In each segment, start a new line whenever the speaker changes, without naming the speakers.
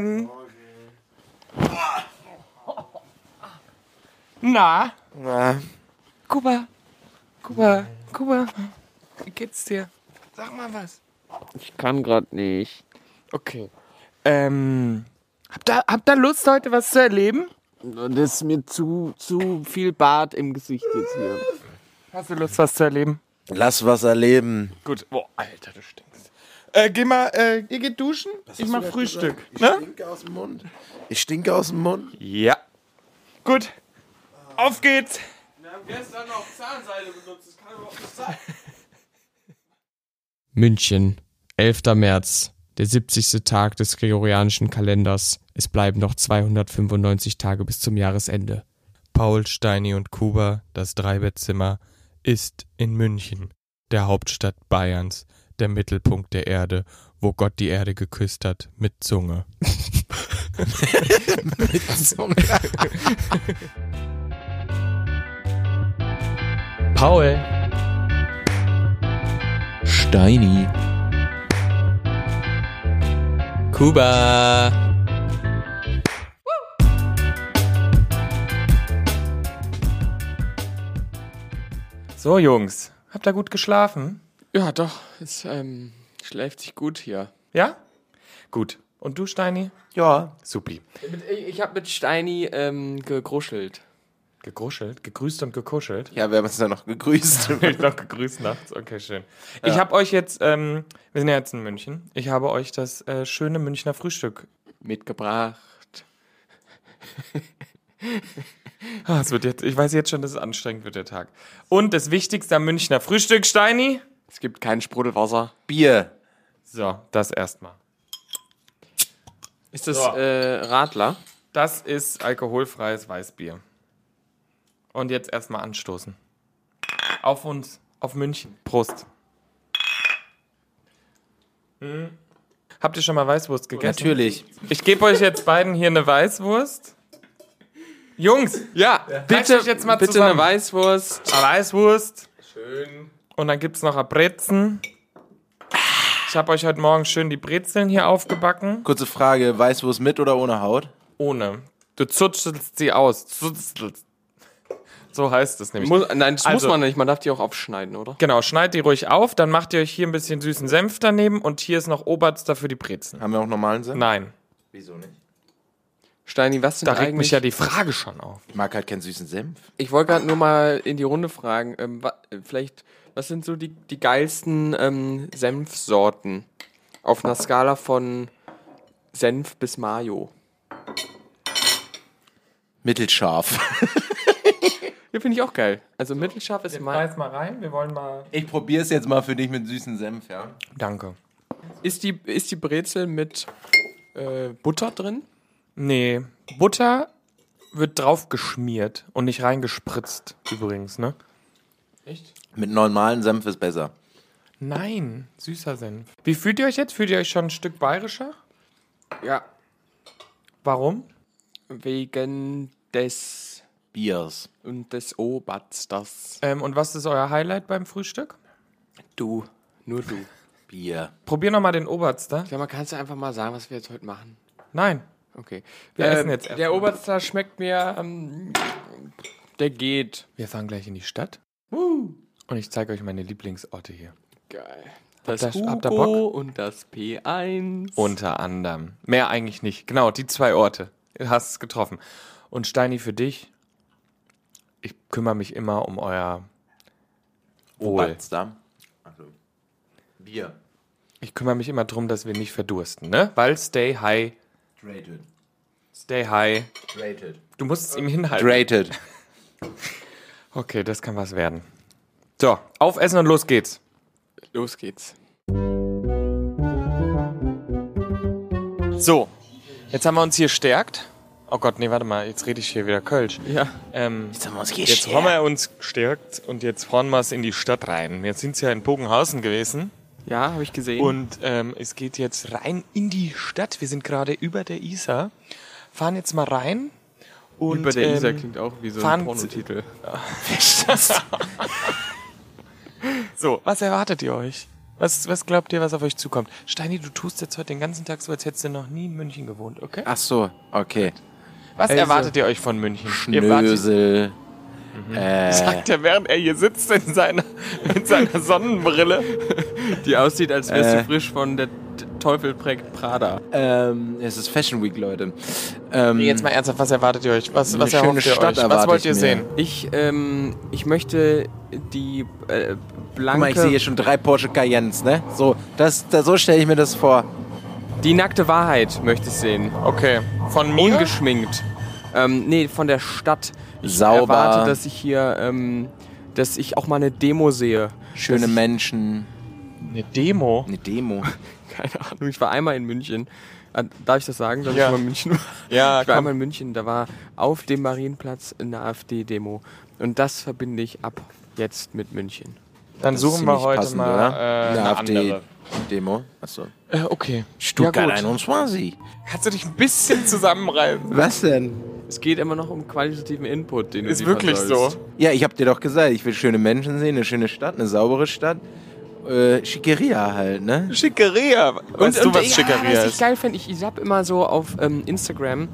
Morgen!
Na,
Na,
Kuba, Kuba, Kuba, wie geht's dir? Sag mal was.
ich kann grad nicht.
Okay. Ähm, habt ihr habt ihr Lust, heute was zu erleben?
Das ist mir zu, zu viel Bart im Gesicht jetzt hier.
Hast du Lust, was zu erleben?
Lass was erleben.
Gut. Boah, Alter, du stinkst. Äh, geh mal, äh, ihr geht duschen? ich mach Frühstück. Ne?
stinke aus dem Mund. Ich stinke aus dem Mund.
Ja. Gut. Auf geht's.
München, 11. März, der 70. Tag des gregorianischen Kalenders. Es bleiben noch 295 Tage bis zum Jahresende.
Paul, Steini und Kuba, das Dreibettzimmer, ist in München, der Hauptstadt Bayerns, der Mittelpunkt der Erde, wo Gott die Erde geküsst hat mit Zunge.
Paul!
Steini.
Kuba!
So, Jungs, habt ihr gut geschlafen?
Ja, doch, es ähm, schläft sich gut hier.
Ja? Gut. Und du, Steini?
Ja.
Supi.
Ich, ich habe mit Steini ähm, gegruschelt.
Gegruschelt, gegrüßt und gekuschelt.
Ja, wir haben uns da noch gegrüßt.
Ich noch gegrüßt nachts. Okay, schön. Ich habe euch jetzt, ähm, wir sind ja jetzt in München, ich habe euch das äh, schöne Münchner Frühstück.
Mitgebracht.
Ah, es wird jetzt, ich weiß jetzt schon, dass es anstrengend wird, der Tag. Und das Wichtigste am Münchner Frühstück, Steini.
Es gibt kein Sprudelwasser.
Bier.
So, das erstmal.
Ist das
So.
äh, Radler?
Das ist alkoholfreies Weißbier. Und jetzt erstmal anstoßen. Auf uns, auf München. Prost. Hm. Habt ihr schon mal Weißwurst gegessen?
Natürlich.
Ich gebe euch jetzt beiden hier eine Weißwurst. Jungs,
Ja,
reiß
bitte,
dich jetzt mal
bitte
zusammen.
eine Weißwurst.
eine Weißwurst. Schön. Und dann gibt's noch ein Brezen. Ich habe euch heute Morgen schön die Brezeln hier aufgebacken.
Kurze Frage, Weißwurst mit oder ohne Haut?
Ohne. Du zutschelst sie aus. Zutzelst. So heißt es nämlich.
Muss, nein, das
Also-
muss man nicht. Man darf die auch aufschneiden, oder?
genau, schneidet die ruhig auf, dann macht ihr euch hier ein bisschen süßen Senf daneben und hier ist noch Oberster für die Brezen.
Haben wir auch normalen Senf?
Nein,
Wieso nicht?
Steini, was sind
da regt
eigentlich...
mich ja die Frage schon auf.
Ich mag halt keinen süßen Senf.
Ich wollte gerade nur mal in die Runde fragen, ähm, wa äh, vielleicht, was sind so die, die geilsten ähm, Senfsorten auf einer Skala von Senf bis Mayo?
Mittelscharf.
Ja, finde ich auch geil. Also mittelscharf ist Mayo.
mal rein, wir wollen mal.
Ich probiere es jetzt mal für dich mit süßen Senf, ja?
Danke.
Ist die, ist die Brezel mit äh, Butter drin?
Nee, Butter wird drauf geschmiert und nicht reingespritzt, übrigens, ne?
Mit normalen Senf ist besser.
Nein, süßer Senf. Wie fühlt ihr euch jetzt? Fühlt ihr euch schon ein Stück bayerischer?
Ja.
Warum?
Wegen des
Biers.
und des Obersters.
Ähm, und was ist euer Highlight beim Frühstück?
Du, nur du.
Bier.
Probier nochmal den Oberster.
Sag mal, kannst du einfach mal sagen, was wir jetzt heute machen?
Nein.
Okay.
Wir
Ähm,
essen jetzt erst
Der
mal.
Oberster schmeckt mir. Ähm, der geht.
Wir fahren gleich in die Stadt. Und ich zeige euch meine Lieblingsorte hier.
Geil. Das
Habt ihr-
Hugo
habt ihr
und das P1.
Unter anderem. Mehr eigentlich nicht. Genau, die zwei Orte. Du hast es getroffen. Und Steini, für dich, ich kümmere mich immer um euer Wohl.
Potsdam. Also. Bier.
Ich kümmere mich immer drum, dass wir nicht verdursten, ne? Weil stay high,
Rated.
stay high.
Rated.
Du musst es ihm hinhalten.
Rated.
Okay, das kann was werden. So, aufessen und los geht's.
Los geht's.
So, jetzt haben wir uns hier stärkt. Oh Gott, nee, warte mal, jetzt rede ich hier wieder Kölsch.
Ja.
Ähm, jetzt haben wir uns gestärkt und jetzt fahren wir es in die Stadt rein. Jetzt sind ja in Bogenhausen gewesen
Ja, habe ich gesehen.
und ähm, es geht jetzt rein in die Stadt. Wir sind gerade über der Isar, fahren jetzt mal rein. Und,
über der
ähm,
Isar klingt auch wie so
fahren-
ein Pornotitel.
so, was erwartet ihr euch? Was, was glaubt ihr, was auf euch zukommt? Steini, du tust jetzt heute den ganzen Tag so, als hättest du noch nie in München gewohnt, okay?
Ach so, okay.
Was erwartet ihr euch von München? Ihr Mhm. wartet-
Also, Schnösel. Äh,
sagt er, während er hier sitzt in seiner, mit seiner
Hm.
Sonnenbrille.
Die aussieht, als wärst
Äh.
du frisch von der T- Teufel prägt Prada.
ähm, es ist Fashion Week, Leute. Ähm,
Jetzt mal ernsthaft, was erwartet ihr euch? Was,
Eine
was
schöne
erhofft ihr
Stadt
euch? Was
erwarte
wollt
ich
ihr
mir.
sehen?
Ich, ähm, ich möchte die äh,
Guck mal, ich sehe
blanke,
hier schon drei Porsche Cayennes, ne? So, das, da, so stelle ich mir das vor.
die nackte Wahrheit möchte ich sehen.
Okay, von mir?
Ungeschminkt. Ähm, nee, von der Stadt. Ich
Sauber.
erwarte, dass ich hier, ähm, dass ich auch mal eine Demo sehe.
Schöne
dass ich,
Menschen.
Eine Demo?
Eine Demo.
Keine Ahnung, ich war einmal in München. Ah, Darf ich das sagen, dass
Ja.
ich mal in München war?
Ja,
Ich war
komm.
einmal in München, da war auf dem Marienplatz eine AfD-Demo. Und das verbinde ich ab jetzt mit München.
Dann
Das ist
suchen wir
ziemlich
heute
passend,
mal
oder?
Äh, eine andere.
Demo. Achso.
Äh, okay.
Stuttgart
Ja, gut.
21.
Kannst du dich ein bisschen zusammenreißen?
Was denn?
Es geht immer noch um qualitativen Input, den du
Ist
liefern
wirklich
sollst.
so.
Ja, ich hab dir doch gesagt, ich will schöne Menschen sehen, eine schöne Stadt, eine saubere Stadt. Äh, Schickeria halt, ne?
Schickeria. Weißt du, was Schickeria
was ich
ist?
geil fände, ich, ich hab immer so auf ähm, Instagram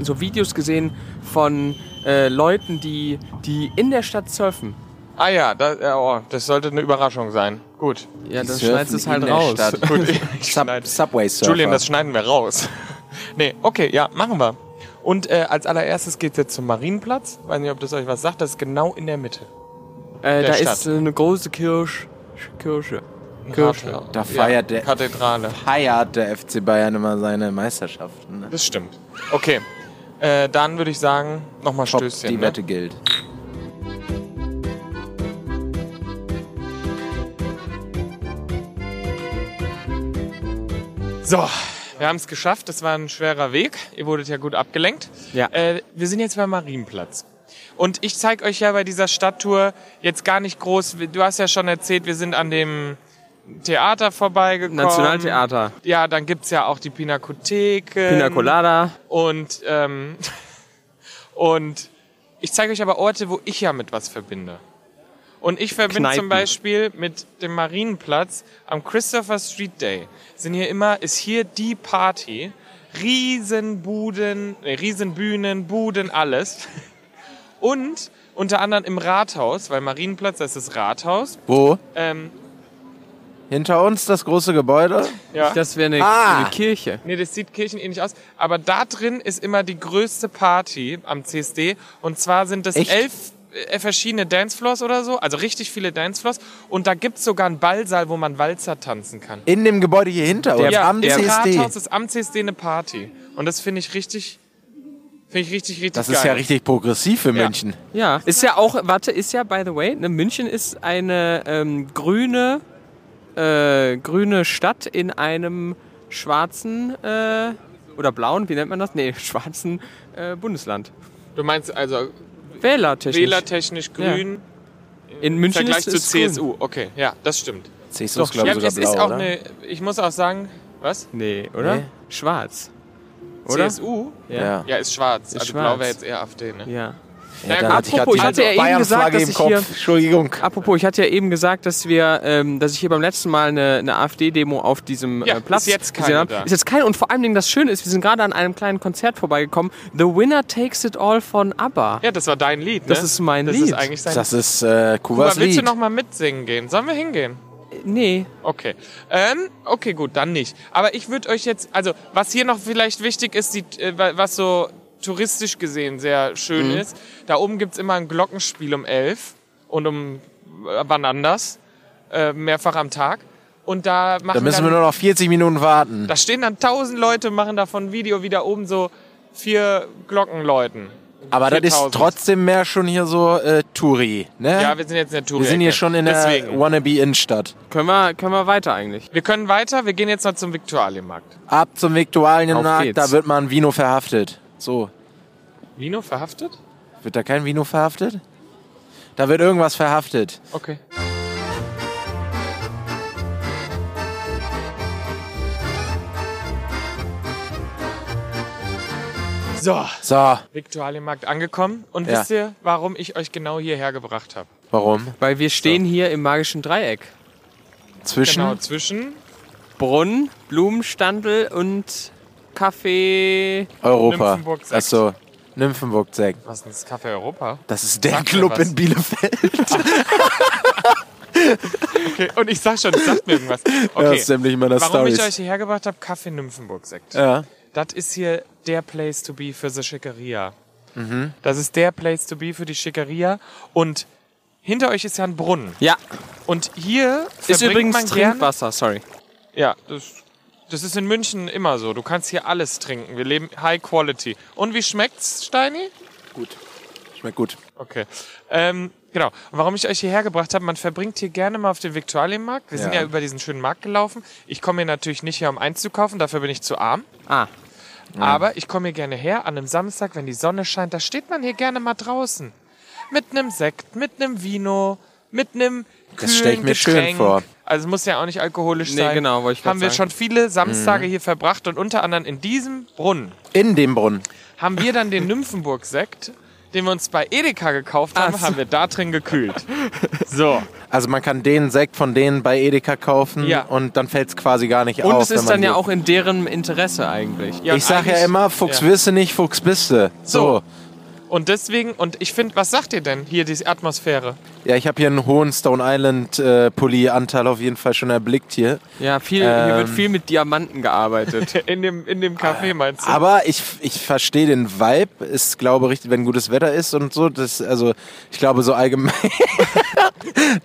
so Videos gesehen von äh, Leuten, die, die in der Stadt surfen.
Ah ja, da, ja, oh, das sollte eine Überraschung sein. Gut.
Ja,
Die
dann
surfen
schneidest du es
in
halt
der
raus.
Stadt.
Gut, ich
Sub
schneid-
Subway Surfer.
Julian, das schneiden wir raus. nee, okay, ja, machen wir. Und äh, als allererstes geht es jetzt zum Marienplatz. Weiß nicht, ob das euch was sagt. Das ist genau in der Mitte.
Äh, da
Stadt.
ist äh, eine große Kirsch, Kirche.
Rathaus.
da feiert der
Kathedrale.
feiert der FC Bayern immer seine Meisterschaften. Ne?
Das stimmt. Okay, äh, dann würde ich sagen, nochmal
Top,
Stößchen.
die
ne?
Wette gilt.
So, wir haben es geschafft. Das war ein schwerer Weg. Ihr wurdet ja gut abgelenkt.
Ja.
Äh, wir sind jetzt beim Marienplatz. Und ich zeige euch ja bei dieser Stadttour jetzt gar nicht groß. Du hast ja schon erzählt, wir sind an dem Theater vorbeigekommen.
Nationaltheater,
Ja, dann gibt's ja auch die Pinakotheke.
Pina Colada.
Und, ähm, und ich zeige euch aber Orte, wo ich ja mit was verbinde. Und ich verbinde zum
Kneipen.
Beispiel mit dem Marienplatz am Christopher Street Day. Sind hier immer, ist hier die Party. Riesenbuden, nee, Riesenbühnen, Buden, alles. Und unter anderem im Rathaus, weil Marienplatz, das ist das Rathaus.
Wo?
Ähm,
Hinter uns das große Gebäude?
ja.
Das wäre eine,
Ah.
eine Kirche.
Nee, das sieht kirchenähnlich aus. Aber da drin ist immer die größte Party am CSD. Und zwar sind es
Echt?
elf äh, verschiedene Dancefloors oder so. Also richtig viele Dancefloors. Und da gibt's sogar einen Ballsaal, wo man Walzer tanzen kann.
In dem Gebäude hier hinter uns, am
der
CSD.
Rathaus ist am CSD eine Party. Und das finde ich richtig, finde ich richtig, richtig
das
geil.
ist ja richtig progressiv für München.
Ja. Ist ja auch, warte, ist ja, by the way, ne, München ist eine ähm, grüne, äh, grüne Stadt in einem schwarzen äh, oder blauen, wie nennt man das? Nee, schwarzen äh, Bundesland.
Du meinst also
Wählertechnisch.
wählertechnisch grün
in
im
München
Vergleich
ist,
zu
ist grün.
CSU. Okay, ja, das stimmt.
CSU ist, glaube
ja,
ich, sogar
es ist
blau,
auch
oder?
eine, ich muss auch sagen, was?
Nee, oder?
Nee.
Schwarz. Oder?
CSU?
ja.
Ja, ist schwarz. also blau
schwarz.
wäre jetzt eher AfD, ne?
Ja.
Ja,
dann
gut.
hatte ich grad
apropos,
die
ich hatte ja eben
Bayern-Flagge
gesagt, dass
im
ich
Kopf.
hier-
Entschuldigung.
Apropos, ich hatte ja eben gesagt, dass wir, ähm, dass ich hier beim letzten Mal eine, eine AfD-Demo auf diesem
Ja,
äh, Platz
ist jetzt keine
gesehen habe.
da.
Ist jetzt keine. Und vor allem das Schöne ist, wir sind gerade an einem kleinen Konzert vorbeigekommen. The Winner Takes It All von ABBA.
Ja, das war dein Lied, ne?
Das ist mein
das
Lied.
Ist eigentlich sein
Das ist äh,
Aber
Kubas
willst du
Lied.
noch mal mitsingen gehen? Sollen wir hingehen?
Nee,
Okay. Ähm, okay, gut, dann nicht. Aber ich würde euch jetzt, also was hier noch vielleicht wichtig ist, die, äh, wa- was so touristisch gesehen sehr schön
Mhm.
ist, da oben gibt's immer ein Glockenspiel um elf und um äh, wann anders, äh, mehrfach am Tag. Und da machen
Da müssen wir
dann-
nur noch 40 Minuten warten.
Da stehen dann tausend Leute, machen davon ein Video, wie da oben so vier Glockenläuten.
Aber das ist
4000.
trotzdem mehr schon hier so äh, Touri, ne?
Ja, wir sind jetzt in der Tour.
wir sind hier schon in
Deswegen.
der Wannabe-Innenstadt.
können wir, können wir weiter eigentlich.
Wir können weiter, wir gehen jetzt noch zum Viktualienmarkt.
Ab zum
Auf
Viktualienmarkt,
geht's.
da wird man Vino verhaftet. So,
Vino verhaftet?
wird da kein Vino verhaftet? Da wird irgendwas verhaftet.
Okay. So,
So,
Viktualienmarkt angekommen. Und
Ja.
wisst ihr, warum ich euch genau hierher gebracht habe?
warum?
Weil wir stehen hier im magischen Dreieck.
Zwischen
Genau, zwischen
Brunnen, Blumenstandel und Kaffee.
Europa.
Nymphenburg sechs.
Achso, Nymphenburg Zack.
Was ist denn das Café Europa?
Das ist der
Sag mir
Club
was.
in Bielefeld.
Okay, und ich sag schon, das sagt mir irgendwas.
Ja,
Okay.
das ist nämlich in meiner
Warum ich euch
Stories. Äh.
hierher gebracht habe, Kaffee Nymphenburg Sekt.
Ja.
Das ist hier der Place to be für die Schickeria.
Mhm.
Das ist der Place to be für die Schickeria. Und hinter euch ist ja ein Brunnen.
Ja,
Und hier
ist
verbringt
übrigens
man gerne,
Trinkwasser, sorry.
Ja, das, das ist in München immer so. Du kannst hier alles trinken. Wir leben High Quality. Und wie schmeckt's, Steini?
Gut. Schmeckt gut.
Okay. Ähm, genau. Und warum ich euch hierher gebracht habe, man verbringt hier gerne mal auf den Viktualienmarkt. Wir sind
Ja.
ja über diesen schönen Markt gelaufen. Ich komme hier natürlich nicht her, um einzukaufen, dafür bin ich zu arm.
Ah,
Aber ich komme hier gerne her an einem Samstag, wenn die Sonne scheint, da steht man hier gerne mal draußen. Mit einem Sekt, mit einem Vino, mit einem kühlen
stell ich mir schön
Getränk.
vor.
Also es muss ja auch nicht alkoholisch
Nee,
sein.
genau, wollte ich grad
Haben wir
sagen. Mhm.
schon viele Samstage hier verbracht und unter anderem in diesem Brunnen
In dem Brunnen.
haben wir dann den Nymphenburg-Sekt, den wir uns bei Edeka gekauft haben,
Ach so.
haben wir da drin gekühlt. So.
Also man kann den Sekt von denen bei Edeka kaufen
Ja.
und dann fällt es quasi gar
Oh,
nicht auf.
und es
wenn
ist
man
dann ja
geht.
auch in deren Interesse eigentlich.
Ja, und
Ich sag ja
eigentlich-
immer, Fuchs
ja.
wisse nicht, Fuchs biste. So.
So. Und deswegen, und ich finde, was sagt ihr denn hier, diese Atmosphäre?
Ja, ich habe hier einen hohen Stone Island äh, Pulli-Anteil auf jeden Fall schon erblickt hier.
Ja, viel, hier
Ähm.
wird viel mit Diamanten gearbeitet.
In dem, in dem Café
Ah,
meinst du?
Aber ich, ich verstehe den Vibe. Ist, glaube richtig, wenn gutes Wetter ist und so. Das, also, ich glaube, so allgemein.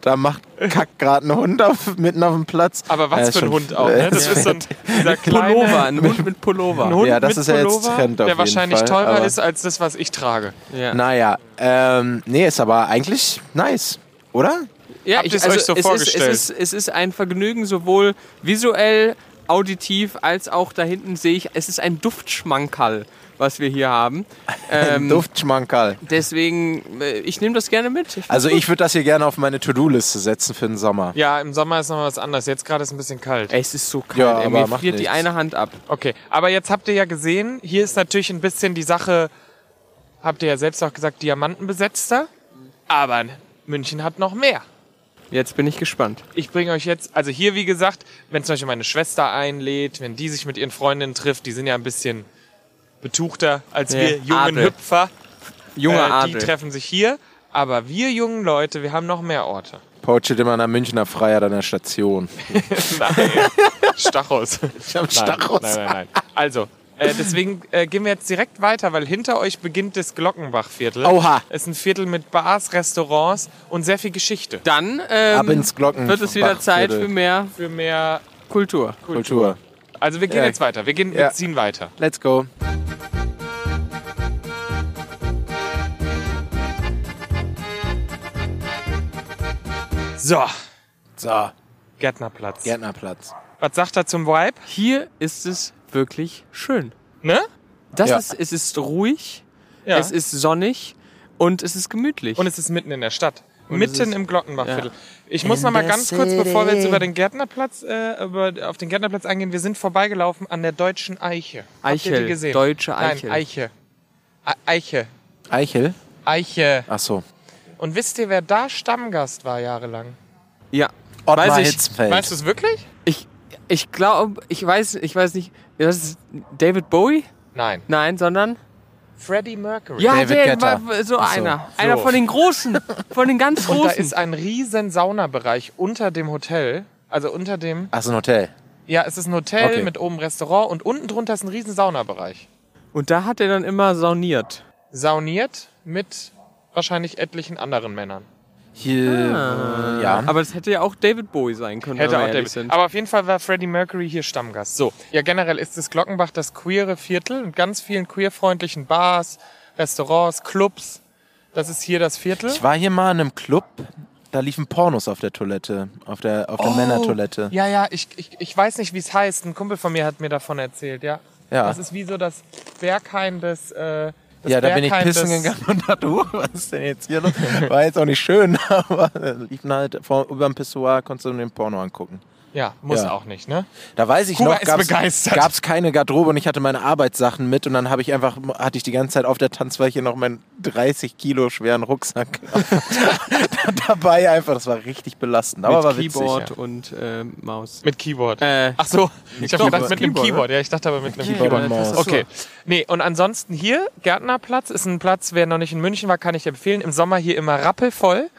da macht Kack gerade ein Hund auf, mitten auf dem Platz.
Aber was
Ja,
für
ist
ein
schon-
Hund auch,
äh,
ne? Das ist so ein dieser kleine,
Pullover, ein Hund mit Pullover.
ein Hund
Ja, das
mit
ist ja jetzt
Pullover,
Trend auf
der
jeden
wahrscheinlich
Fall,
teurer
aber-
ist als das, was ich trage.
Ja.
Naja, ähm, nee, ist aber eigentlich nice, oder?
Ja, also
Habt ihr's euch so
es
vorgestellt?
Ist, es, ist, es ist ein Vergnügen, sowohl visuell, auditiv, als auch da hinten sehe ich, es ist ein Duftschmankerl, was wir hier haben.
Ähm,
Ein Duftschmankerl.
Deswegen, äh, ich nehme das gerne mit. Ich-
Also, ich würde das hier gerne auf meine To-Do-Liste setzen für den Sommer.
Ja, im Sommer ist noch was anderes. Jetzt gerade ist es ein bisschen kalt.
Ey, es ist so kalt,
Ja,
ey,
aber
mir
macht
friert die
nichts.
eine Hand ab.
Okay, aber jetzt habt ihr ja gesehen, hier ist natürlich ein bisschen die Sache, habt ihr ja selbst auch gesagt, Diamantenbesetzter. Aber München hat noch mehr.
Jetzt bin ich gespannt.
Ich bringe euch jetzt, also hier wie gesagt, wenn zum Beispiel meine Schwester einlädt, wenn die sich mit ihren Freundinnen trifft, die sind ja ein bisschen betuchter als
Ja,
wir jungen
Adel.
Hüpfer.
Junger
äh, die
Adel.
treffen sich hier. Aber wir jungen Leute, wir haben noch mehr Orte.
Paul steht immer an der Münchner Freiheit an der Station.
Nein. Stachus. Ich
hab Stachus.
Nein, nein, nein. Also, äh, deswegen äh, gehen wir jetzt direkt weiter, weil hinter euch beginnt das Glockenbachviertel.
Oha.
Es ist ein Viertel mit Bars, Restaurants und sehr viel Geschichte.
Dann ähm,
Ab ins Glocken.
wird es wieder Zeit für
Bachviertel.
mehr
Für mehr
Kultur.
Kultur.
Also wir gehen
Ja.
jetzt weiter. Wir gehen,
Ja.
wir ziehen weiter.
Let's go.
So,
So,
Gärtnerplatz.
Gärtnerplatz.
Was sagt er zum Vibe?
Hier ist es wirklich schön.
Ne?
Das
Ja.
ist, es ist ruhig,
Ja.
es ist sonnig und es ist gemütlich.
Und es ist mitten in der Stadt.
es
mitten
ist-
im Glockenbachviertel. Ich muss noch mal ganz kurz, bevor wir jetzt über den Gärtnerplatz, äh, über, auf den Gärtnerplatz eingehen, wir sind vorbeigelaufen an der deutschen Eiche. Habt ihr
Eichel,
die gesehen?
deutsche Eichel.
Nein, Eiche. E- Eiche.
Eichel?
Eiche.
Ach so.
Und wisst ihr, wer da Stammgast war jahrelang?
ja.
Ottmar
Weiß ich.
Hitzfeld.
Weißt du es wirklich?
Ich, ich glaube, ich weiß, ich weiß nicht, das ist David Bowie?
Nein.
Nein, sondern
Freddie Mercury.
ja,
David
der
Guetta.
war so einer,
So.
einer von den großen, von den ganz
Und da
großen.
ist ein riesen Saunabereich unter dem Hotel. Also unter dem
Ach, so ein Hotel.
Ja, es ist ein Hotel
Okay.
mit oben Restaurant und unten drunter ist ein riesen Saunabereich.
Und da hat er dann immer sauniert.
Sauniert mit wahrscheinlich etlichen anderen Männern.
Hier, äh, ja.
Aber das hätte ja auch David Bowie sein können,
Hätte
wenn wir
auch
ehrlich
David.
sind.
Aber auf jeden Fall war Freddie Mercury hier Stammgast. So, ja generell ist das Glockenbach das queere Viertel mit ganz vielen queerfreundlichen Bars, Restaurants, Clubs. Das ist hier das Viertel.
Ich war hier mal in einem Club, da liefen Pornos auf der Toilette, auf der,
Oh.
auf der Männertoilette.
Ja, ja, ich, ich, ich weiß nicht, wie es heißt. Ein Kumpel von mir hat mir davon erzählt, ja.
Ja.
Das ist wie so das Berghain des... Äh, das
Ja, da bin ich
Berghain
pissen
des-
gegangen und dachte, uh, was ist denn jetzt hier los? War jetzt auch nicht schön, aber liefen halt vor, über dem Pissoir, konntest du den Porno angucken.
Ja, muss
Ja.
auch nicht, ne?
Da weiß ich
Kuba
noch,
ist
gab's,
begeistert.
gab's keine Garderobe und ich hatte meine Arbeitssachen mit und dann habe ich einfach, hatte ich die ganze Zeit auf der Tanzfläche noch meinen 30 Kilo schweren Rucksack dabei einfach. Das war richtig belastend, aber war witzig.
Keyboard
ja.
und äh, Maus.
Mit Keyboard.
Äh,
Ach so, ich habe
Keyboard.
gedacht mit einem
Keyboard, ne?
Keyboard. Ja, ich dachte aber mit einem
Keyboard
Keyboard.
und Maus.
Okay. Nee, und ansonsten hier, Gärtnerplatz ist ein Platz, wer noch nicht in München war, kann ich empfehlen. Im Sommer hier immer rappelvoll.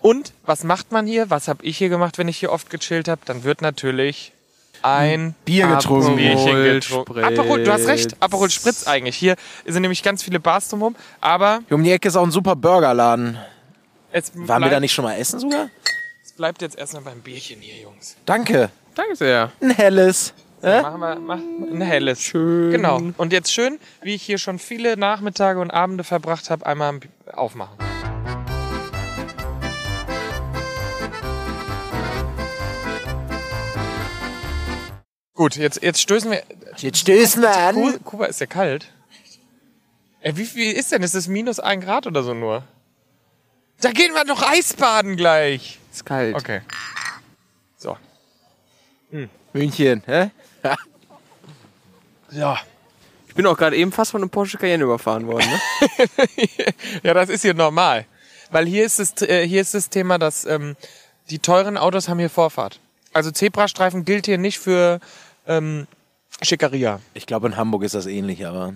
Und was macht man hier? Was habe ich hier gemacht, wenn ich hier oft gechillt habe? Dann wird natürlich ein
Bier getrunken.
Bierchen getrunken.
Spritz.
Aperol, du hast recht. Aperol Spritz eigentlich. Hier sind nämlich ganz viele Bars drumherum. Aber
Hier um die Ecke ist auch ein super Burgerladen.
es
Waren wir
bleibt,
da nicht schon mal essen sogar?
es bleibt jetzt erstmal beim Bierchen hier, Jungs.
Danke.
Danke sehr.
Ein helles.
Machen wir mach ein helles. Schön. Genau. Und jetzt schön, wie ich hier schon viele Nachmittage und Abende verbracht habe, einmal am Bi- aufmachen. Gut, jetzt, jetzt stößen wir.
Jetzt stößen wir
Ku-
an.
Kuba ist ja kalt. Ey, wie viel ist denn? Ist es minus ein Grad oder so nur? Da gehen wir noch Eisbaden gleich.
Ist kalt.
Okay. So.
München, hä?
Ja.
Ich bin auch gerade eben fast von einem Porsche Cayenne überfahren worden. Ne?
Ja, das ist hier normal. Weil hier ist das, äh, hier ist das Thema, dass ähm, die teuren Autos haben hier Vorfahrt. Also Zebrastreifen gilt hier nicht für ähm, Schickeria.
Ich glaube, in Hamburg ist das ähnlich, aber.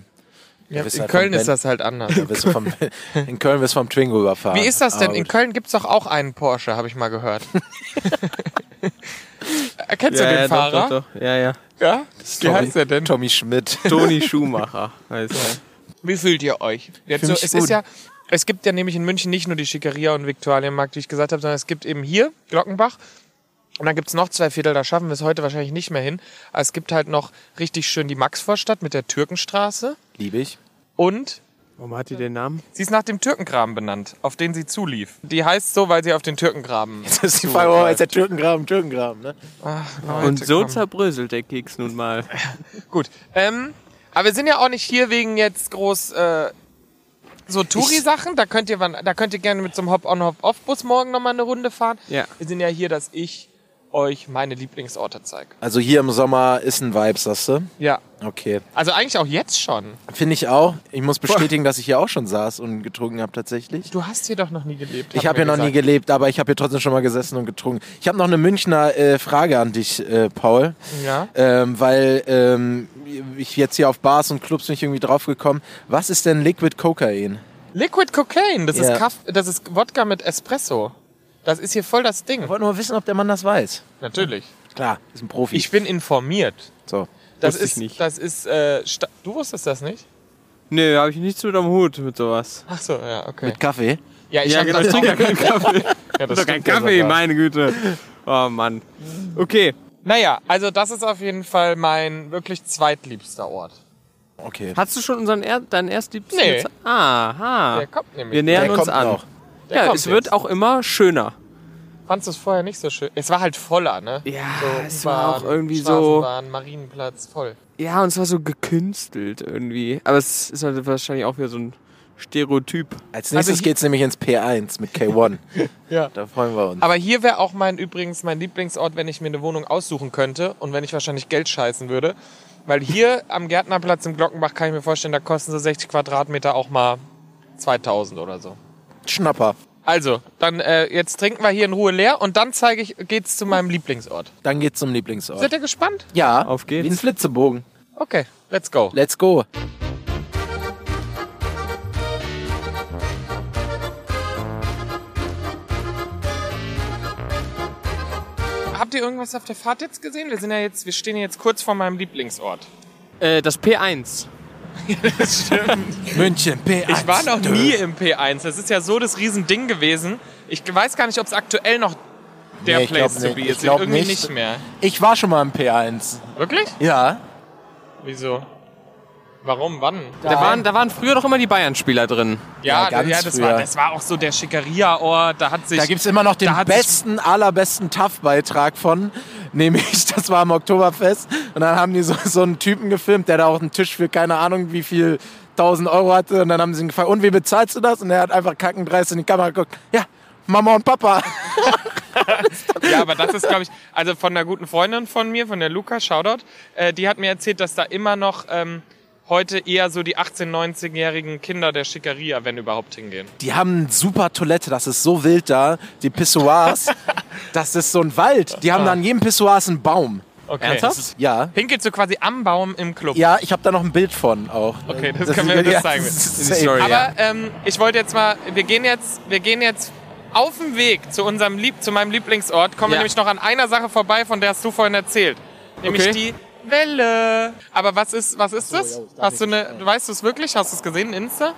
Ja,
wisst
in
halt
Köln
vom
ist
Ben-
das halt anders.
Da wirst du vom, in Köln wirst du vom Twingo überfahren.
Wie ist das denn?
Aber
In Köln gibt's doch auch einen Porsche, habe ich mal gehört. Erkennst du den
Doch,
Fahrer?
doch, doch. Ja, ja.
Ja? Wie heißt der denn?
Tommy Schmidt.
Toni Schumacher heißt er.
Wie fühlt ihr euch? Jetzt so,
mich
es
gut.
ist ja, es gibt ja nämlich in München nicht nur die Schickeria und Viktualienmarkt, die ich gesagt habe, sondern es gibt eben hier Glockenbach. Und dann gibt's noch zwei Viertel, da schaffen wir es heute wahrscheinlich nicht mehr hin. Aber es gibt halt noch richtig schön die Maxvorstadt mit der Türkenstraße.
Liebe ich.
Und
Warum hat die den Namen?
sie ist nach dem Türkengraben benannt, auf den sie zulief. Die heißt so, weil sie auf den Türkengraben.
Das ist die Frage, warum heißt der Türkengraben, Türkengraben, ne?
Und so
komm.
zerbröselt der Keks nun mal.
Gut. Ähm, aber wir sind ja auch nicht hier wegen jetzt groß äh, so Touri-Sachen. Da könnt ihr wann, da könnt ihr gerne mit so einem Hop-on, Hop-off-Bus morgen nochmal eine Runde fahren.
Ja.
Wir sind ja hier, dass ich euch meine Lieblingsorte zeige.
Also hier im Sommer ist ein Vibe, sagst du?
Ja.
Okay.
Also eigentlich auch jetzt schon.
Finde ich auch. Ich muss bestätigen, dass ich hier auch schon saß und getrunken habe tatsächlich.
Du hast hier doch noch nie gelebt.
Ich habe hier noch nie gelebt, aber ich habe hier trotzdem schon mal gesessen und getrunken. Ich habe noch eine Münchner äh, Frage an dich, äh, Paul.
gelebt. Ja.
Ähm, weil ähm, ich jetzt hier auf Bars und Clubs nicht irgendwie draufgekommen. Was ist denn Liquid Kokain?
Liquid Cocaine. Das
Ja.
ist Kaff das ist Wodka mit Espresso. Das ist hier voll das Ding.
Ich wollte nur wissen, ob der Mann das weiß.
Natürlich.
Klar, ist ein Profi.
Ich bin informiert.
so.
Das
Wusste ich
ist
nicht.
das ist äh, Sta- du wusstest das nicht?
Nee, habe ich nichts mit am Hut mit sowas.
Ach so, ja, okay.
Mit Kaffee?
Ja, ich hab das
ich
auch-
trinke ja keinen Kaffee.
Ja, das
Doch keinen
stimmt ja
Kaffee,
sogar.
meine Güte. Oh Mann. Okay.
Naja, also das ist auf jeden Fall mein wirklich zweitliebster Ort.
Okay.
Hast du schon unseren er deinen erstliebsten?
Nee.
Aha.
Der kommt nämlich.
Ah. Wir ne- nähern uns an.
noch.
Der
Ja,
kommt
es wird
jetzt.
auch immer schöner.
Fandst du es vorher nicht so schön? Es war halt voller, ne?
Ja,
so
es war
U-Bahn,
auch irgendwie so-
Straßenbahn, Marienplatz, voll.
Ja, und es war so gekünstelt irgendwie. Aber es ist halt wahrscheinlich auch wieder so ein Stereotyp.
Als nächstes
hier-
geht's nämlich ins P1 mit K1.
Ja.
Da freuen wir uns.
Aber hier wäre auch mein übrigens mein Lieblingsort, wenn ich mir eine Wohnung aussuchen könnte und wenn ich wahrscheinlich Geld scheißen würde. Weil hier am Gärtnerplatz im Glockenbach kann ich mir vorstellen, da kosten so 60 Quadratmeter auch mal 2000 oder so.
Schnapper.
Also, dann äh, jetzt trinken wir hier in Ruhe leer und dann zeige ich, geht's zu meinem Lieblingsort.
Dann geht's zum Lieblingsort.
Seid ihr gespannt?
Ja,
Auf geht's.
Wie ein Flitzebogen.
Okay, let's go.
Let's go.
Habt ihr irgendwas auf der Fahrt jetzt gesehen? Wir sind ja jetzt, wir stehen ja jetzt kurz vor meinem Lieblingsort.
Äh, das P1.
Das stimmt.
München, P1.
Ich war noch nie im P1. Das ist ja so das Riesending gewesen. Ich weiß gar nicht, ob es aktuell noch der
Nee, ich
Place
glaub nicht.
to be
Ich
ist.
glaub
Irgendwie
nicht.
nicht mehr.
Ich war schon mal im P1.
Wirklich?
Ja.
Wieso? Warum? Wann?
Da waren, da waren früher doch immer die Bayern-Spieler drin.
Ja,
Ja,
ja,
ganz
das,
früher.
war, das war auch so der Schickeria-Ort. Da hat sich.
Da gibt's immer noch den
da hat sich-
besten, allerbesten TAF-Beitrag von. Nämlich, das war am Oktoberfest. Und dann haben die so, so einen Typen gefilmt, der da auch einen Tisch für keine Ahnung wie viel 1000 Euro hatte. Und dann haben sie ihn gefragt, und wie bezahlst du das? Und er hat einfach kackendreist in die Kamera geguckt. Ja, Mama und Papa.
Ja, aber das ist, glaube ich, also von einer guten Freundin von mir, von der Luca, Shoutout, äh, die hat mir erzählt, dass da immer noch ähm, heute eher so die 18-, 19-jährigen Kinder der Schickeria, wenn überhaupt, hingehen.
Die haben eine super Toilette, das ist so wild da. Die Pissoirs, das ist so ein Wald. Die haben da an jedem Pissoir einen Baum.
Okay.
Ernsthaft?
Ja.
Pinkelst du quasi am Baum im Club?
Ja, ich habe da noch ein Bild von auch.
Okay, das können wir- das zeigen wir.
Story.
Aber ähm, ich wollte jetzt mal, wir gehen jetzt, wir gehen jetzt auf dem Weg zu unserem Lieb, zu meinem Lieblingsort. Kommen wir
Ja.
nämlich noch an einer Sache vorbei, von der hast du vorhin erzählt, nämlich
Okay.
die Welle. Aber was ist, was ist das? hast du eine, weißt du es wirklich? Hast du es gesehen, in Insta?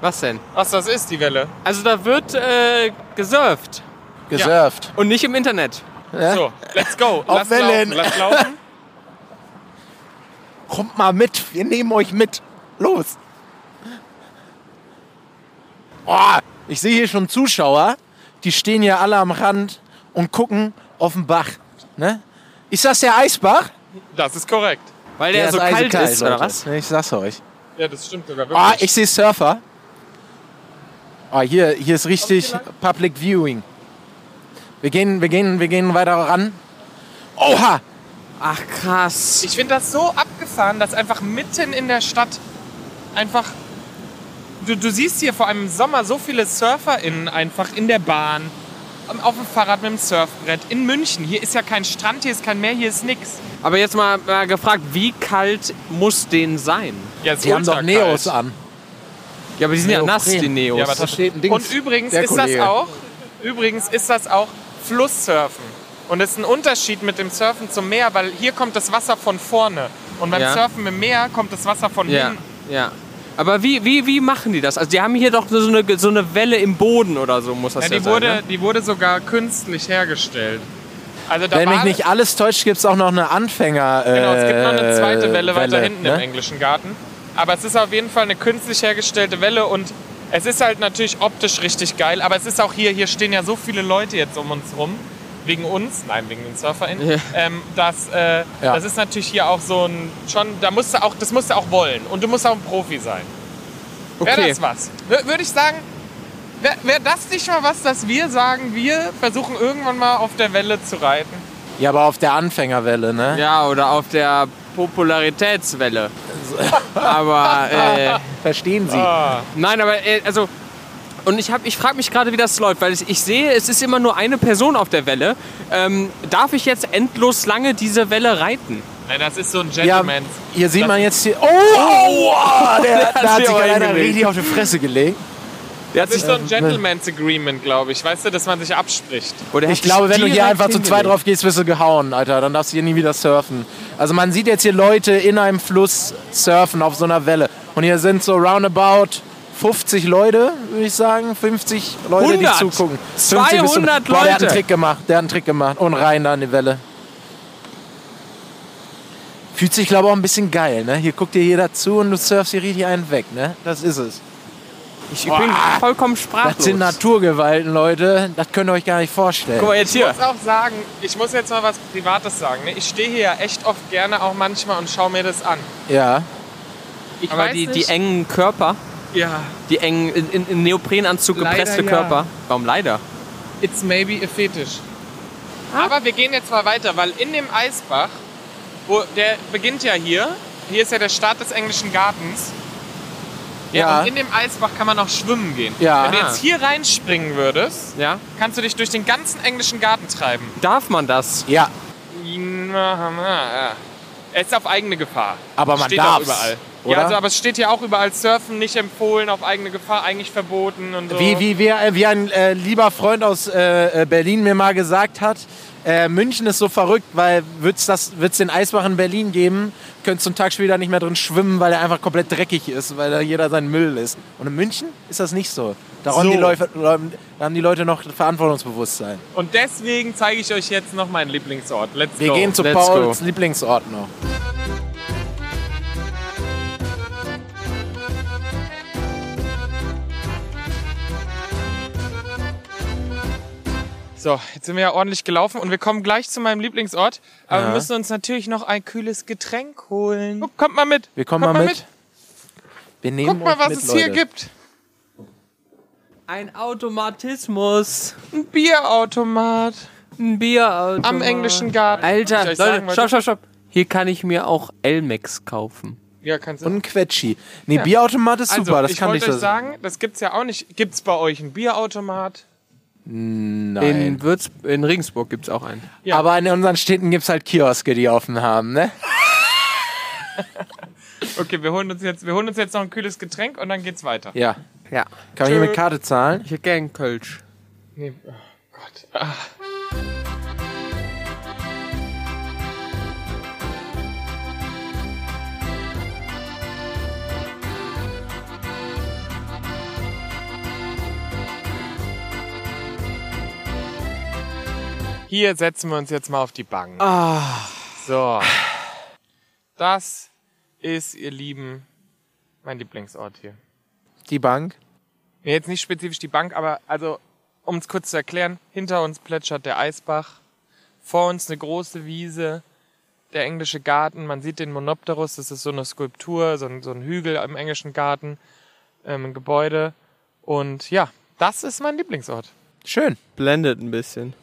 Was denn?
Was das ist, die Welle?
Also da wird äh, gesurft
Gesurft.
und nicht im Internet.
So, let's go.
Auf
lass
Wellen.
laufen, lass laufen.
Kommt mal mit, wir nehmen euch mit. Los. Oh, ich sehe hier schon Zuschauer, die stehen hier alle am Rand und gucken auf den Bach. Ne? Ist das der Eisbach?
Das ist korrekt.
Weil der, so
ist
kalt
eisekalt,
ist, oder
Leute.
was?
Ich sag's euch.
Ja, das stimmt sogar
Oh,
wirklich.
ich sehe Surfer. Oh, hier, hier ist richtig Public Viewing. Wir gehen, wir gehen, wir gehen weiter ran. Oha!
Ach krass.
Ich finde das so abgefahren, dass einfach mitten in der Stadt einfach. Du, du siehst hier vor allem im Sommer so viele SurferInnen einfach in der Bahn, am- auf dem Fahrrad mit dem Surfbrett, in München. Hier ist ja kein Strand, hier ist kein Meer, hier ist nix.
Aber jetzt mal, mal gefragt, wie kalt muss den sein?
Ja, ist
Die haben doch
ultrakalt.
Neos an.
Ja, aber die sind ja
Neopren.
nass, die Neos.
Ja, aber das-
steht ein Dings.
Und übrigens
Der
ist
Kollege.
das auch, übrigens ist das auch Flusssurfen. Und das ist ein Unterschied mit dem Surfen zum Meer, weil hier kommt das Wasser von vorne. Und beim
Ja.
Surfen im Meer kommt das Wasser von
ja,
hinten.
ja. Aber wie, wie, wie machen die das? Also die haben hier doch so eine, so eine Welle im Boden oder so, muss das
Ja,
ja,
die,
sein.
wurde,
ne?
die wurde sogar künstlich hergestellt. Also da
Wenn mich
war-
nicht alles täuscht, gibt es auch noch eine Anfänger. Äh,
Genau, es gibt noch eine zweite Welle weiter hinten im
ne?
englischen Garten. Aber es ist auf jeden Fall eine künstlich hergestellte Welle und es ist halt natürlich optisch richtig geil. Aber es ist auch hier, hier stehen ja so viele Leute jetzt um uns rum. Wegen uns, nein, wegen den SurferInnen.
Ja.
Ähm, das, äh, das ist natürlich hier auch so ein, schon, da musst du auch, das musst du auch wollen. Und du musst auch ein Profi sein. Wäre
Okay.
das was? Wür- Würde ich sagen, wäre wär das nicht mal was, dass wir sagen, wir versuchen irgendwann mal auf der Welle zu reiten?
Ja, aber auf der Anfängerwelle, ne?
Ja, oder auf der Popularitätswelle. aber äh,
Verstehen Sie?
Ah,
nein, aber äh, also und ich hab, ich frage mich gerade, wie das läuft, weil ich, ich sehe, es ist immer nur eine Person auf der Welle. Ähm, darf ich jetzt endlos lange diese Welle reiten?
Nein, das ist so ein
Ja,
Gentleman.
hier sieht man jetzt hier. Oh, aua, der, da
sich
hat sich
aber
gerade einer
hingelegt.
richtig auf die Fresse gelegt.
Der hat
Das
sich
ist so ein Gentleman's Agreement, glaube ich. Weißt du, dass man sich abspricht.
Oder
Ich glaube, wenn du hier
halt
einfach zu zweit
drauf
drauf gehst, wirst du gehauen, Alter. Dann darfst du hier nie wieder surfen. Also man sieht jetzt hier Leute in einem Fluss surfen auf so einer Welle. Und hier sind so roundabout 50 Leute, würde ich sagen. 50 Leute,
100.
die zugucken. 50 bis
200
Boah, der hat einen
Leute.
Trick gemacht. Der hat einen Trick gemacht. Und rein da in die Welle. Fühlt sich, glaube ich, auch ein bisschen geil, ne? Hier guckt dir jeder zu und du surfst hier richtig einen weg, ne? Das ist es.
Ich bin vollkommen sprachlos.
Das sind Naturgewalten, Leute. Das könnt ihr euch gar nicht vorstellen.
Guck mal jetzt
Ich
hier.
muss auch sagen, ich muss jetzt mal was Privates sagen. Ne? Ich stehe hier ja echt oft gerne auch manchmal und schaue mir das an.
Ja.
Ich
Aber
weiß
die, die
nicht.
engen Körper,
Ja,
die engen, in, in, in Neoprenanzug
Leider
gepresste
ja.
Körper. Warum leider?
it's maybe a fetish. Aber wir gehen jetzt mal weiter, weil in dem Eisbach, wo der beginnt ja hier, hier ist ja der Start des englischen Gartens. Ja.
Ja.
Und in dem Eisbach kann man auch schwimmen gehen.
Ja.
Wenn du jetzt hier reinspringen würdest,
Ja?
kannst du dich durch den ganzen englischen Garten treiben.
Darf man das?
Ja.
Es ist auf eigene Gefahr.
Aber man
steht
darf's,
auch überall.
oder?
Ja, also, aber es steht hier auch überall Surfen nicht empfohlen, auf eigene Gefahr eigentlich verboten und so.
Wie, wie, wie, wie ein äh, lieber Freund aus äh, äh, Berlin mir mal gesagt hat, äh, München ist so verrückt, weil wird's das wird's den Eisbach in Berlin geben, könntest du einen Tag später nicht mehr drin schwimmen, weil er einfach komplett dreckig ist, weil da jeder seinen Müll lässt. Und in München ist das nicht so. Da, räumen
So.
die Leute, räumen- da haben die Leute noch Verantwortungsbewusstsein.
Und deswegen zeige ich euch jetzt noch meinen Lieblingsort. Let's
Wir
go.
gehen zu
let's
Pauls Lieblingsort noch.
so, jetzt sind wir ja ordentlich gelaufen und wir kommen gleich zu meinem Lieblingsort. Aber wir müssen uns natürlich noch ein kühles Getränk holen.
Oh,
Guck, kommt mal mit.
Wir kommen
Kommt
mal mit. Wir nehmen
Guck mal,
euch
was
mit,
es
Leute.
hier gibt.
Ein Automatismus.
Ein Bierautomat
Ein Bierautomat.
am englischen Garten.
Alter,
Soll ich
Leute,
sagen, was-
stopp, stopp, stopp. Hier kann ich mir auch Elmex kaufen.
Ja, kannst du.
Und ein Quetschi. Nee, Bierautomat ist
also,
super, das
ich
kann
wollte
nicht
euch
so sein.
sagen, das gibt's ja auch nicht. Gibt's bei euch einen Bierautomat?
Nein.
In, Würz in Regensburg gibt es auch einen.
Ja.
Aber in unseren Städten gibt es halt Kioske, die offen haben, ne?
Okay, wir holen uns jetzt, wir holen uns jetzt noch ein kühles Getränk und dann geht's weiter.
Ja.
Ja.
Kann man hier mit Karte zahlen?
Ich hätte gerne einen Kölsch.
Nee, oh Gott. Ah. Hier setzen wir uns jetzt mal auf die Bank.
Ah.
So. Das ist, ihr Lieben, mein Lieblingsort hier.
Die Bank?
Ja, jetzt nicht spezifisch die Bank, aber also, um es kurz zu erklären, hinter uns plätschert der Eisbach, vor uns eine große Wiese, der englische Garten, man sieht den Monopterus, das ist so eine Skulptur, so ein, so ein Hügel im englischen Garten, ähm, ein Gebäude. Und ja, das ist mein Lieblingsort.
Schön.
Blendet ein bisschen.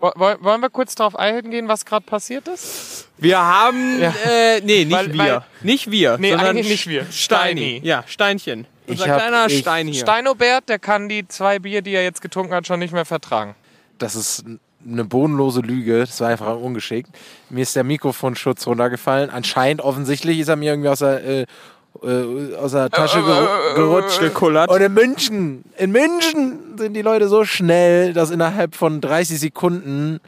Wo- woll- Wollen wir kurz darauf eingehen, was gerade passiert ist?
Wir haben.
Ja.
Äh, nee, nicht
Weil-
wir.
weil-
nicht wir.
Nee,
sondern
eigentlich nicht wir.
Steini.
Steini.
Ja, Steinchen. Unser
hab-
kleiner
ich-
Stein hier.
Steinobert, der kann die zwei Bier, die er jetzt getrunken hat, schon nicht mehr vertragen.
Das ist eine bodenlose Lüge. Das war einfach ungeschickt. Mir ist der Mikrofonschutz runtergefallen. Anscheinend, offensichtlich ist er mir irgendwie aus der, äh, äh, aus der Tasche geru- gerutscht.
Gekullert.
Und in München, in München sind die Leute so schnell, dass innerhalb von 30 Sekunden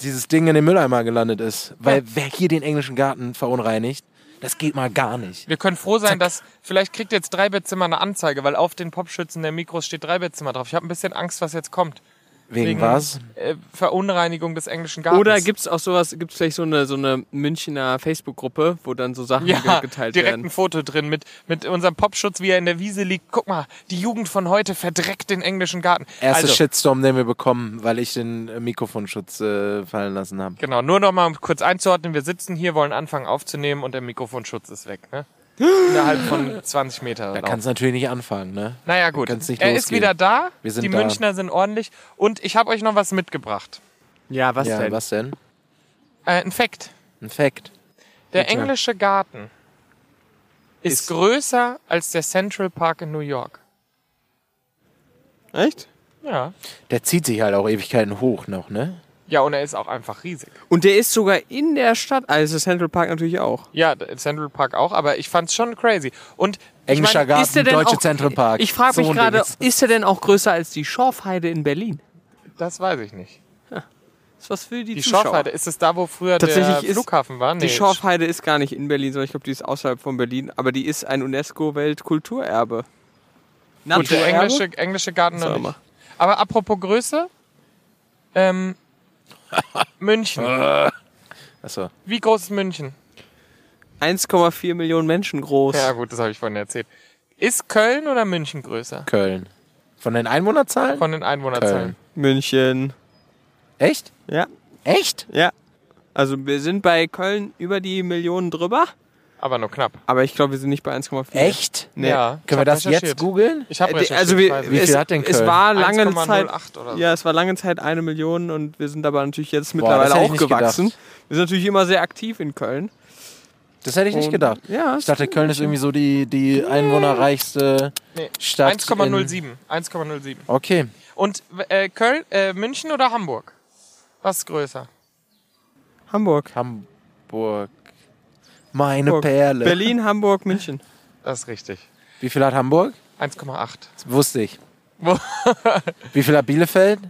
dieses Ding in den Mülleimer gelandet ist. Weil wer hier den englischen Garten verunreinigt, das geht mal gar nicht.
Wir können froh sein, dass vielleicht kriegt jetzt Dreibettzimmer eine Anzeige, weil auf den Popschützen der Mikros steht Dreibettzimmer drauf. Ich habe ein bisschen Angst, was jetzt kommt.
Wegen, was?
Äh, Verunreinigung des englischen Gartens.
Oder gibt es auch sowas, gibt es vielleicht so eine, so eine Münchner Facebook-Gruppe, wo dann so Sachen
ja,
ge- geteilt
direkt
werden?
ein Foto drin mit, mit unserem Popschutz, wie er in der Wiese liegt. Guck mal, die Jugend von heute verdreckt den englischen Garten.
Erster
also,
Shitstorm, den wir bekommen, weil ich den äh, Mikrofonschutz äh, fallen lassen habe.
genau, nur noch mal um kurz einzuordnen. Wir sitzen hier, wollen anfangen aufzunehmen und der Mikrofonschutz ist weg. Ne? Innerhalb von 20 Meter.
Da
Lauf.
kannst du natürlich nicht anfangen, ne?
Naja, gut.
kann's nicht
er ist
losgehen.
wieder da.
Wir sind
die
da.
Münchner sind ordentlich. Und ich habe euch noch was mitgebracht.
Ja, was
ja,
denn?
was denn?
Äh, ein Fact.
Ein Fact.
Der englische Garten ist, größer als der Central Park in New York.
Echt?
Ja.
Der zieht sich halt auch Ewigkeiten hoch noch, ne?
Ja, und er ist auch einfach riesig.
Und der ist sogar in der Stadt, also Central Park natürlich auch.
Ja, der Central Park auch, aber ich fand's schon crazy. Und
Englischer
ich meine,
Garten, Deutsche Zentrumpark.
Ich frage mich
So ein Ding
gerade,
ist-
ist der denn auch größer als die Schorfheide in Berlin?
das weiß ich nicht.
Ist was für die,
Die
Zuschauer.
Schorfheide, ist es da, wo früher der
Tatsächlich ist
Flughafen war? Nee.
Die Schorfheide ist gar nicht in Berlin, sondern ich glaube, die ist außerhalb von Berlin, aber die ist ein UNESCO-Weltkulturerbe.
Gut, der englische, englische Garten noch
Sag
nicht.
mal.
Aber apropos Größe, ähm, München.
Achso.
Wie groß ist München?
1,4 Millionen Menschen groß.
Ja gut, das habe ich vorhin erzählt. Ist Köln oder München größer?
Köln. Von den Einwohnerzahlen?
Von den Einwohnerzahlen.
Köln.
München.
Echt?
Ja,
Echt?
ja. Also wir sind bei Köln über die Millionen drüber,
Aber nur knapp.
aber ich glaube, wir sind nicht bei 1,4.
Echt?
Nee.
Ja, ich
Können wir
hab
das jetzt
recherchiert.
googeln?
Ich habe
Äh, die- also wir,
Wie
es,
viel hat denn
Es
Köln?
war lange Zeit,
1,08 oder so.
ja, es war lange Zeit eine Million und wir sind aber natürlich jetzt
das
mittlerweile
hätte ich
auch
nicht
gewachsen.
gedacht.
Wir sind natürlich immer sehr aktiv in Köln.
Das hätte ich nicht
Und-
gedacht.
Ja,
Ich dachte, Köln ist irgendwie so die, die einwohnerreichste
Nee,
Stadt.
1,07. 1,07.
in- Okay.
Und äh, Köln, äh, München oder Hamburg? Was ist größer?
Hamburg.
Hamburg. Meine
Hamburg.
Perle.
Berlin, Hamburg, München.
Das ist richtig.
Wie viel hat Hamburg?
1,8.
Das wusste ich.
Wo-
Wie viel hat Bielefeld?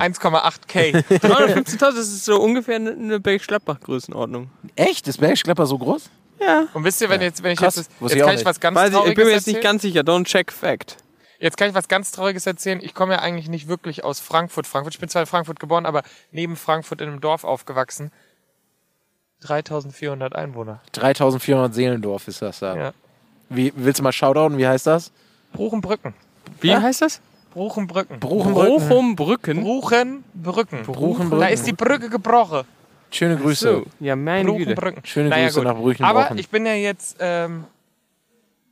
1,8K.
315.000, das ist so ungefähr eine- eine Bergschlappbach-Größenordnung.
Echt? Ist Bergisch Gladbach so groß?
Ja.
Und wisst ihr, wenn jetzt, wenn ich
Krass.
jetzt, jetzt
Wusste ich auch
kann ich
nicht.
was ganz
Weiß ich,
Trauriges
ich bin mir jetzt
erzählen.
nicht ganz sicher. Don't check fact.
Jetzt kann ich was ganz Trauriges erzählen. Ich komme ja eigentlich nicht wirklich aus Frankfurt. Frankfurt. Ich bin zwar in Frankfurt geboren, aber neben Frankfurt in einem Dorf aufgewachsen. 3400 Einwohner.
3400 Seelendorf ist das da.
Ja.
Wie, willst du mal shoutouten? Wie heißt das?
Bruchenbrücken.
Wie heißt das?
Bruchenbrücken.
Bruchenbrücken.
Bochum-Brücken.
Bruchenbrücken.
Bruchenbrücken.
Da ist die Brücke gebrochen.
Schöne Grüße.
Ja, meine Güte.
Bruchenbrücken.
Schöne Grüße nach Brüchen
Aber
brauchen.
ich bin ja jetzt ähm,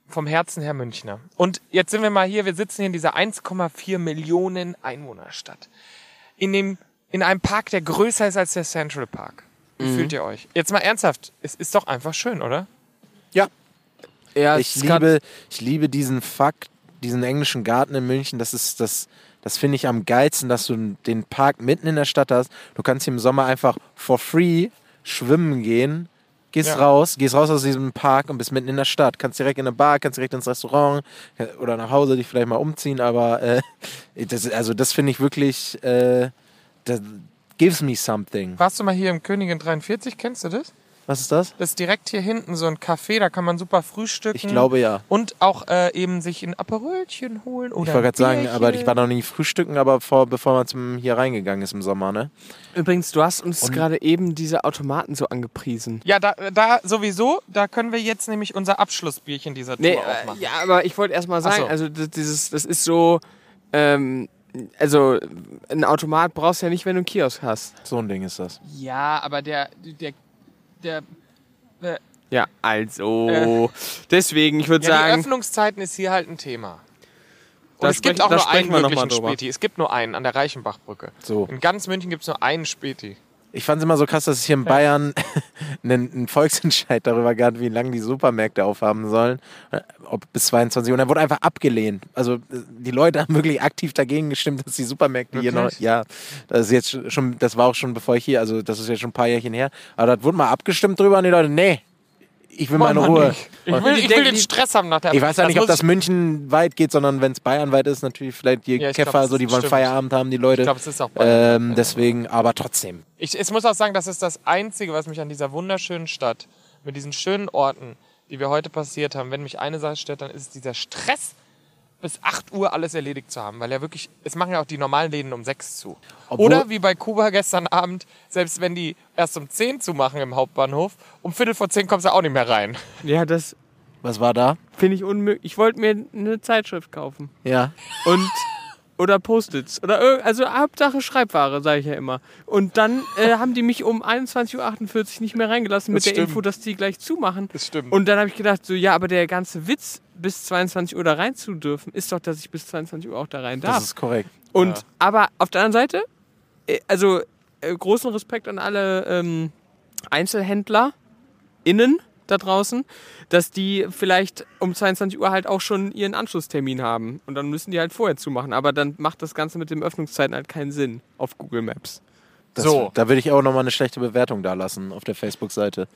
vom Herzen her Münchner. Und jetzt sind wir mal hier, wir sitzen hier in dieser 1,4 Millionen Einwohnerstadt. In dem, in einem Park, der größer ist als der Central Park. Wie
Mhm.
fühlt ihr euch? Jetzt mal ernsthaft, es ist doch einfach schön, oder?
Ja,
ich, liebe, ich liebe diesen Fakt, diesen englischen Garten in München. Das ist das, das finde ich am geilsten, dass du den Park mitten in der Stadt hast. Du kannst hier im Sommer einfach for free schwimmen gehen. Gehst
Ja.
raus, gehst raus aus diesem Park und bist mitten in der Stadt. Kannst direkt in eine Bar, kannst direkt ins Restaurant äh, oder nach Hause dich vielleicht mal umziehen, aber äh, das, also das finde ich wirklich, äh, das gives me something.
Warst du mal hier im Königin 43, kennst du das?
Was ist das?
Das ist direkt hier hinten so ein Café, da kann man super frühstücken.
Ich glaube ja.
Und auch äh, eben sich ein Aperölchen holen oder
Ich wollte gerade sagen,
ein
aber ich war
Bierchen.
noch nie frühstücken, aber vor, bevor man zum hier reingegangen ist im Sommer, ne?
Übrigens, du hast uns gerade eben diese Automaten so angepriesen.
Ja, da, da sowieso, da können wir jetzt nämlich unser Abschlussbierchen dieser Tour
Nee,
auch
äh,
machen.
ja, aber ich wollte erst mal sagen,
so.
also das, dieses, das ist so, ähm, also ein Automat brauchst du ja nicht, wenn du einen Kiosk hast.
So ein Ding ist das.
Ja, aber der, der, der
Ja, also deswegen, ich würde
Ja, die
sagen,
Öffnungszeiten ist hier halt ein Thema. Und
Da
es gibt
sprechen-
auch
da
nur einen
sprechen wir noch mal
möglichen
drüber.
Späti. Es gibt nur einen an der Reichenbachbrücke.
So.
In ganz München gibt es nur einen Späti.
Ich fand es immer so krass, dass es hier in Bayern einen, einen Volksentscheid darüber gab, wie lange die Supermärkte aufhaben sollen. äh, Ob bis 22 Uhr. Und er wurde einfach abgelehnt. Also äh, die Leute haben wirklich aktiv dagegen gestimmt, dass die Supermärkte hier noch.
Wirklich?
Ja, das ist jetzt schon, das war auch schon bevor ich hier, also das ist jetzt schon ein paar Jährchen her. Aber das wurde mal abgestimmt drüber und die Leute, nee, ich will meine
Mann,
Ruhe.
Ich, ich, will, ich will den Stress haben nach der
Ich weiß ja nicht, ob
muss
das münchenweit geht, sondern wenn es bayernweit ist, natürlich vielleicht die
Ja, ich
Käfer,
glaub, das
so die wollen
stimmt.
Feierabend haben, die Leute.
Ich glaube, es ist auch Bayern.
ähm, deswegen, aber trotzdem.
Ich, ich muss auch sagen, das ist das Einzige, was mich an dieser wunderschönen Stadt, mit diesen schönen Orten, die wir heute passiert haben, wenn mich eine Sache stört, dann ist es dieser Stress, bis 8 Uhr alles erledigt zu haben. Weil ja wirklich, es machen ja auch die normalen Läden um 6 zu.
Obwohl-
Oder wie bei Kuba gestern Abend, selbst wenn die erst um 10 zumachen im Hauptbahnhof, um Viertel vor 10 kommst du auch nicht mehr rein.
ja, das
Was war da?
finde ich unmöglich. Ich wollte mir eine Zeitschrift kaufen
Ja.
und oder Post-its oder irg- also Hauptsache Schreibware, sage ich ja immer. Und dann äh, haben die mich um 21:48 Uhr nicht mehr reingelassen mit
Das
der
stimmt.
Info, dass die gleich zumachen.
Das stimmt.
Und dann habe ich gedacht, so, ja, aber der ganze Witz, bis 22 Uhr da rein zu dürfen, ist doch, dass ich bis 22 Uhr auch da rein
Ah.
darf.
Das ist korrekt.
und, aber auf der anderen Seite, äh, also, äh, großen Respekt an alle ähm, Einzelhändler, innen da draußen, dass die vielleicht um 22 Uhr halt auch schon ihren Anschlusstermin haben. Und dann müssen die halt vorher zumachen. Aber dann macht das Ganze mit den Öffnungszeiten halt keinen Sinn auf Google Maps.
Das,
So.
Da würde ich auch nochmal eine schlechte Bewertung da lassen auf der Facebook-Seite.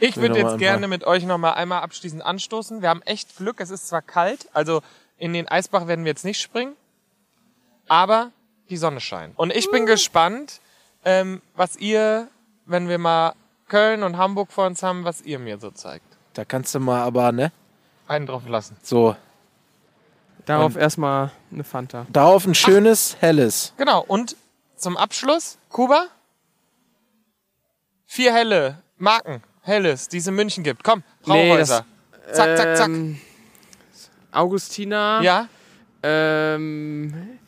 Ich
noch
würde
mal
jetzt
ein
gerne
paar-
mit euch nochmal einmal abschließend anstoßen. Wir haben echt Glück, es ist zwar kalt, also in den Eisbach werden wir jetzt nicht springen, aber die Sonne scheint. Und ich bin gespannt, ähm, was ihr, wenn wir mal Köln und Hamburg vor uns haben, was ihr mir so zeigt.
Da kannst du mal aber, ne?
Einen drauf lassen.
So, Ähm.
Darauf erstmal eine Fanta.
darauf ein schönes, helles.
Genau, und zum Abschluss, Kuba, vier helle Marken, helles, die es in München gibt. Komm,
Nee, das-
Brauhäuser. zack, zack, zack.
Ähm, Augustina.
ja,
Ähm,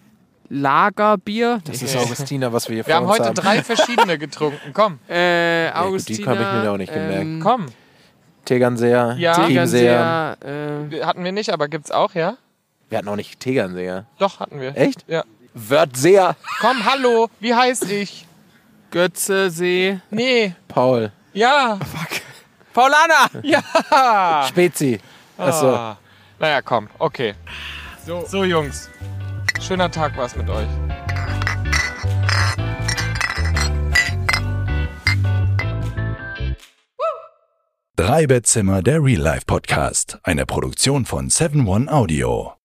Lagerbier.
Das ist Augustina, was wir hier
wir
vor
haben
uns
heute
haben.
drei verschiedene getrunken. Komm,
äh,
Ja, gut, die
Augustina. ähm,
habe ich mir auch nicht gemerkt.
komm.
Tegernseer,
ähm, Ja.
Chiemseer.
Tegernseer. Äh,
Hatten wir nicht, aber gibt's auch, ja?
Wir hatten auch nicht Tegernseer.
Doch, hatten wir.
Echt?
Ja.
Wörthseer.
Komm, hallo, wie heiß ich?
Götzesee.
Nee,
Paul.
ja.
Paulana!
Ja.
Spezi. Achso.
Ah. Naja, komm, okay. So. so, Jungs. Schöner Tag war's mit euch.
Drei Bettzimmer, der Real Life Podcast, eine Produktion von 7 One Audio.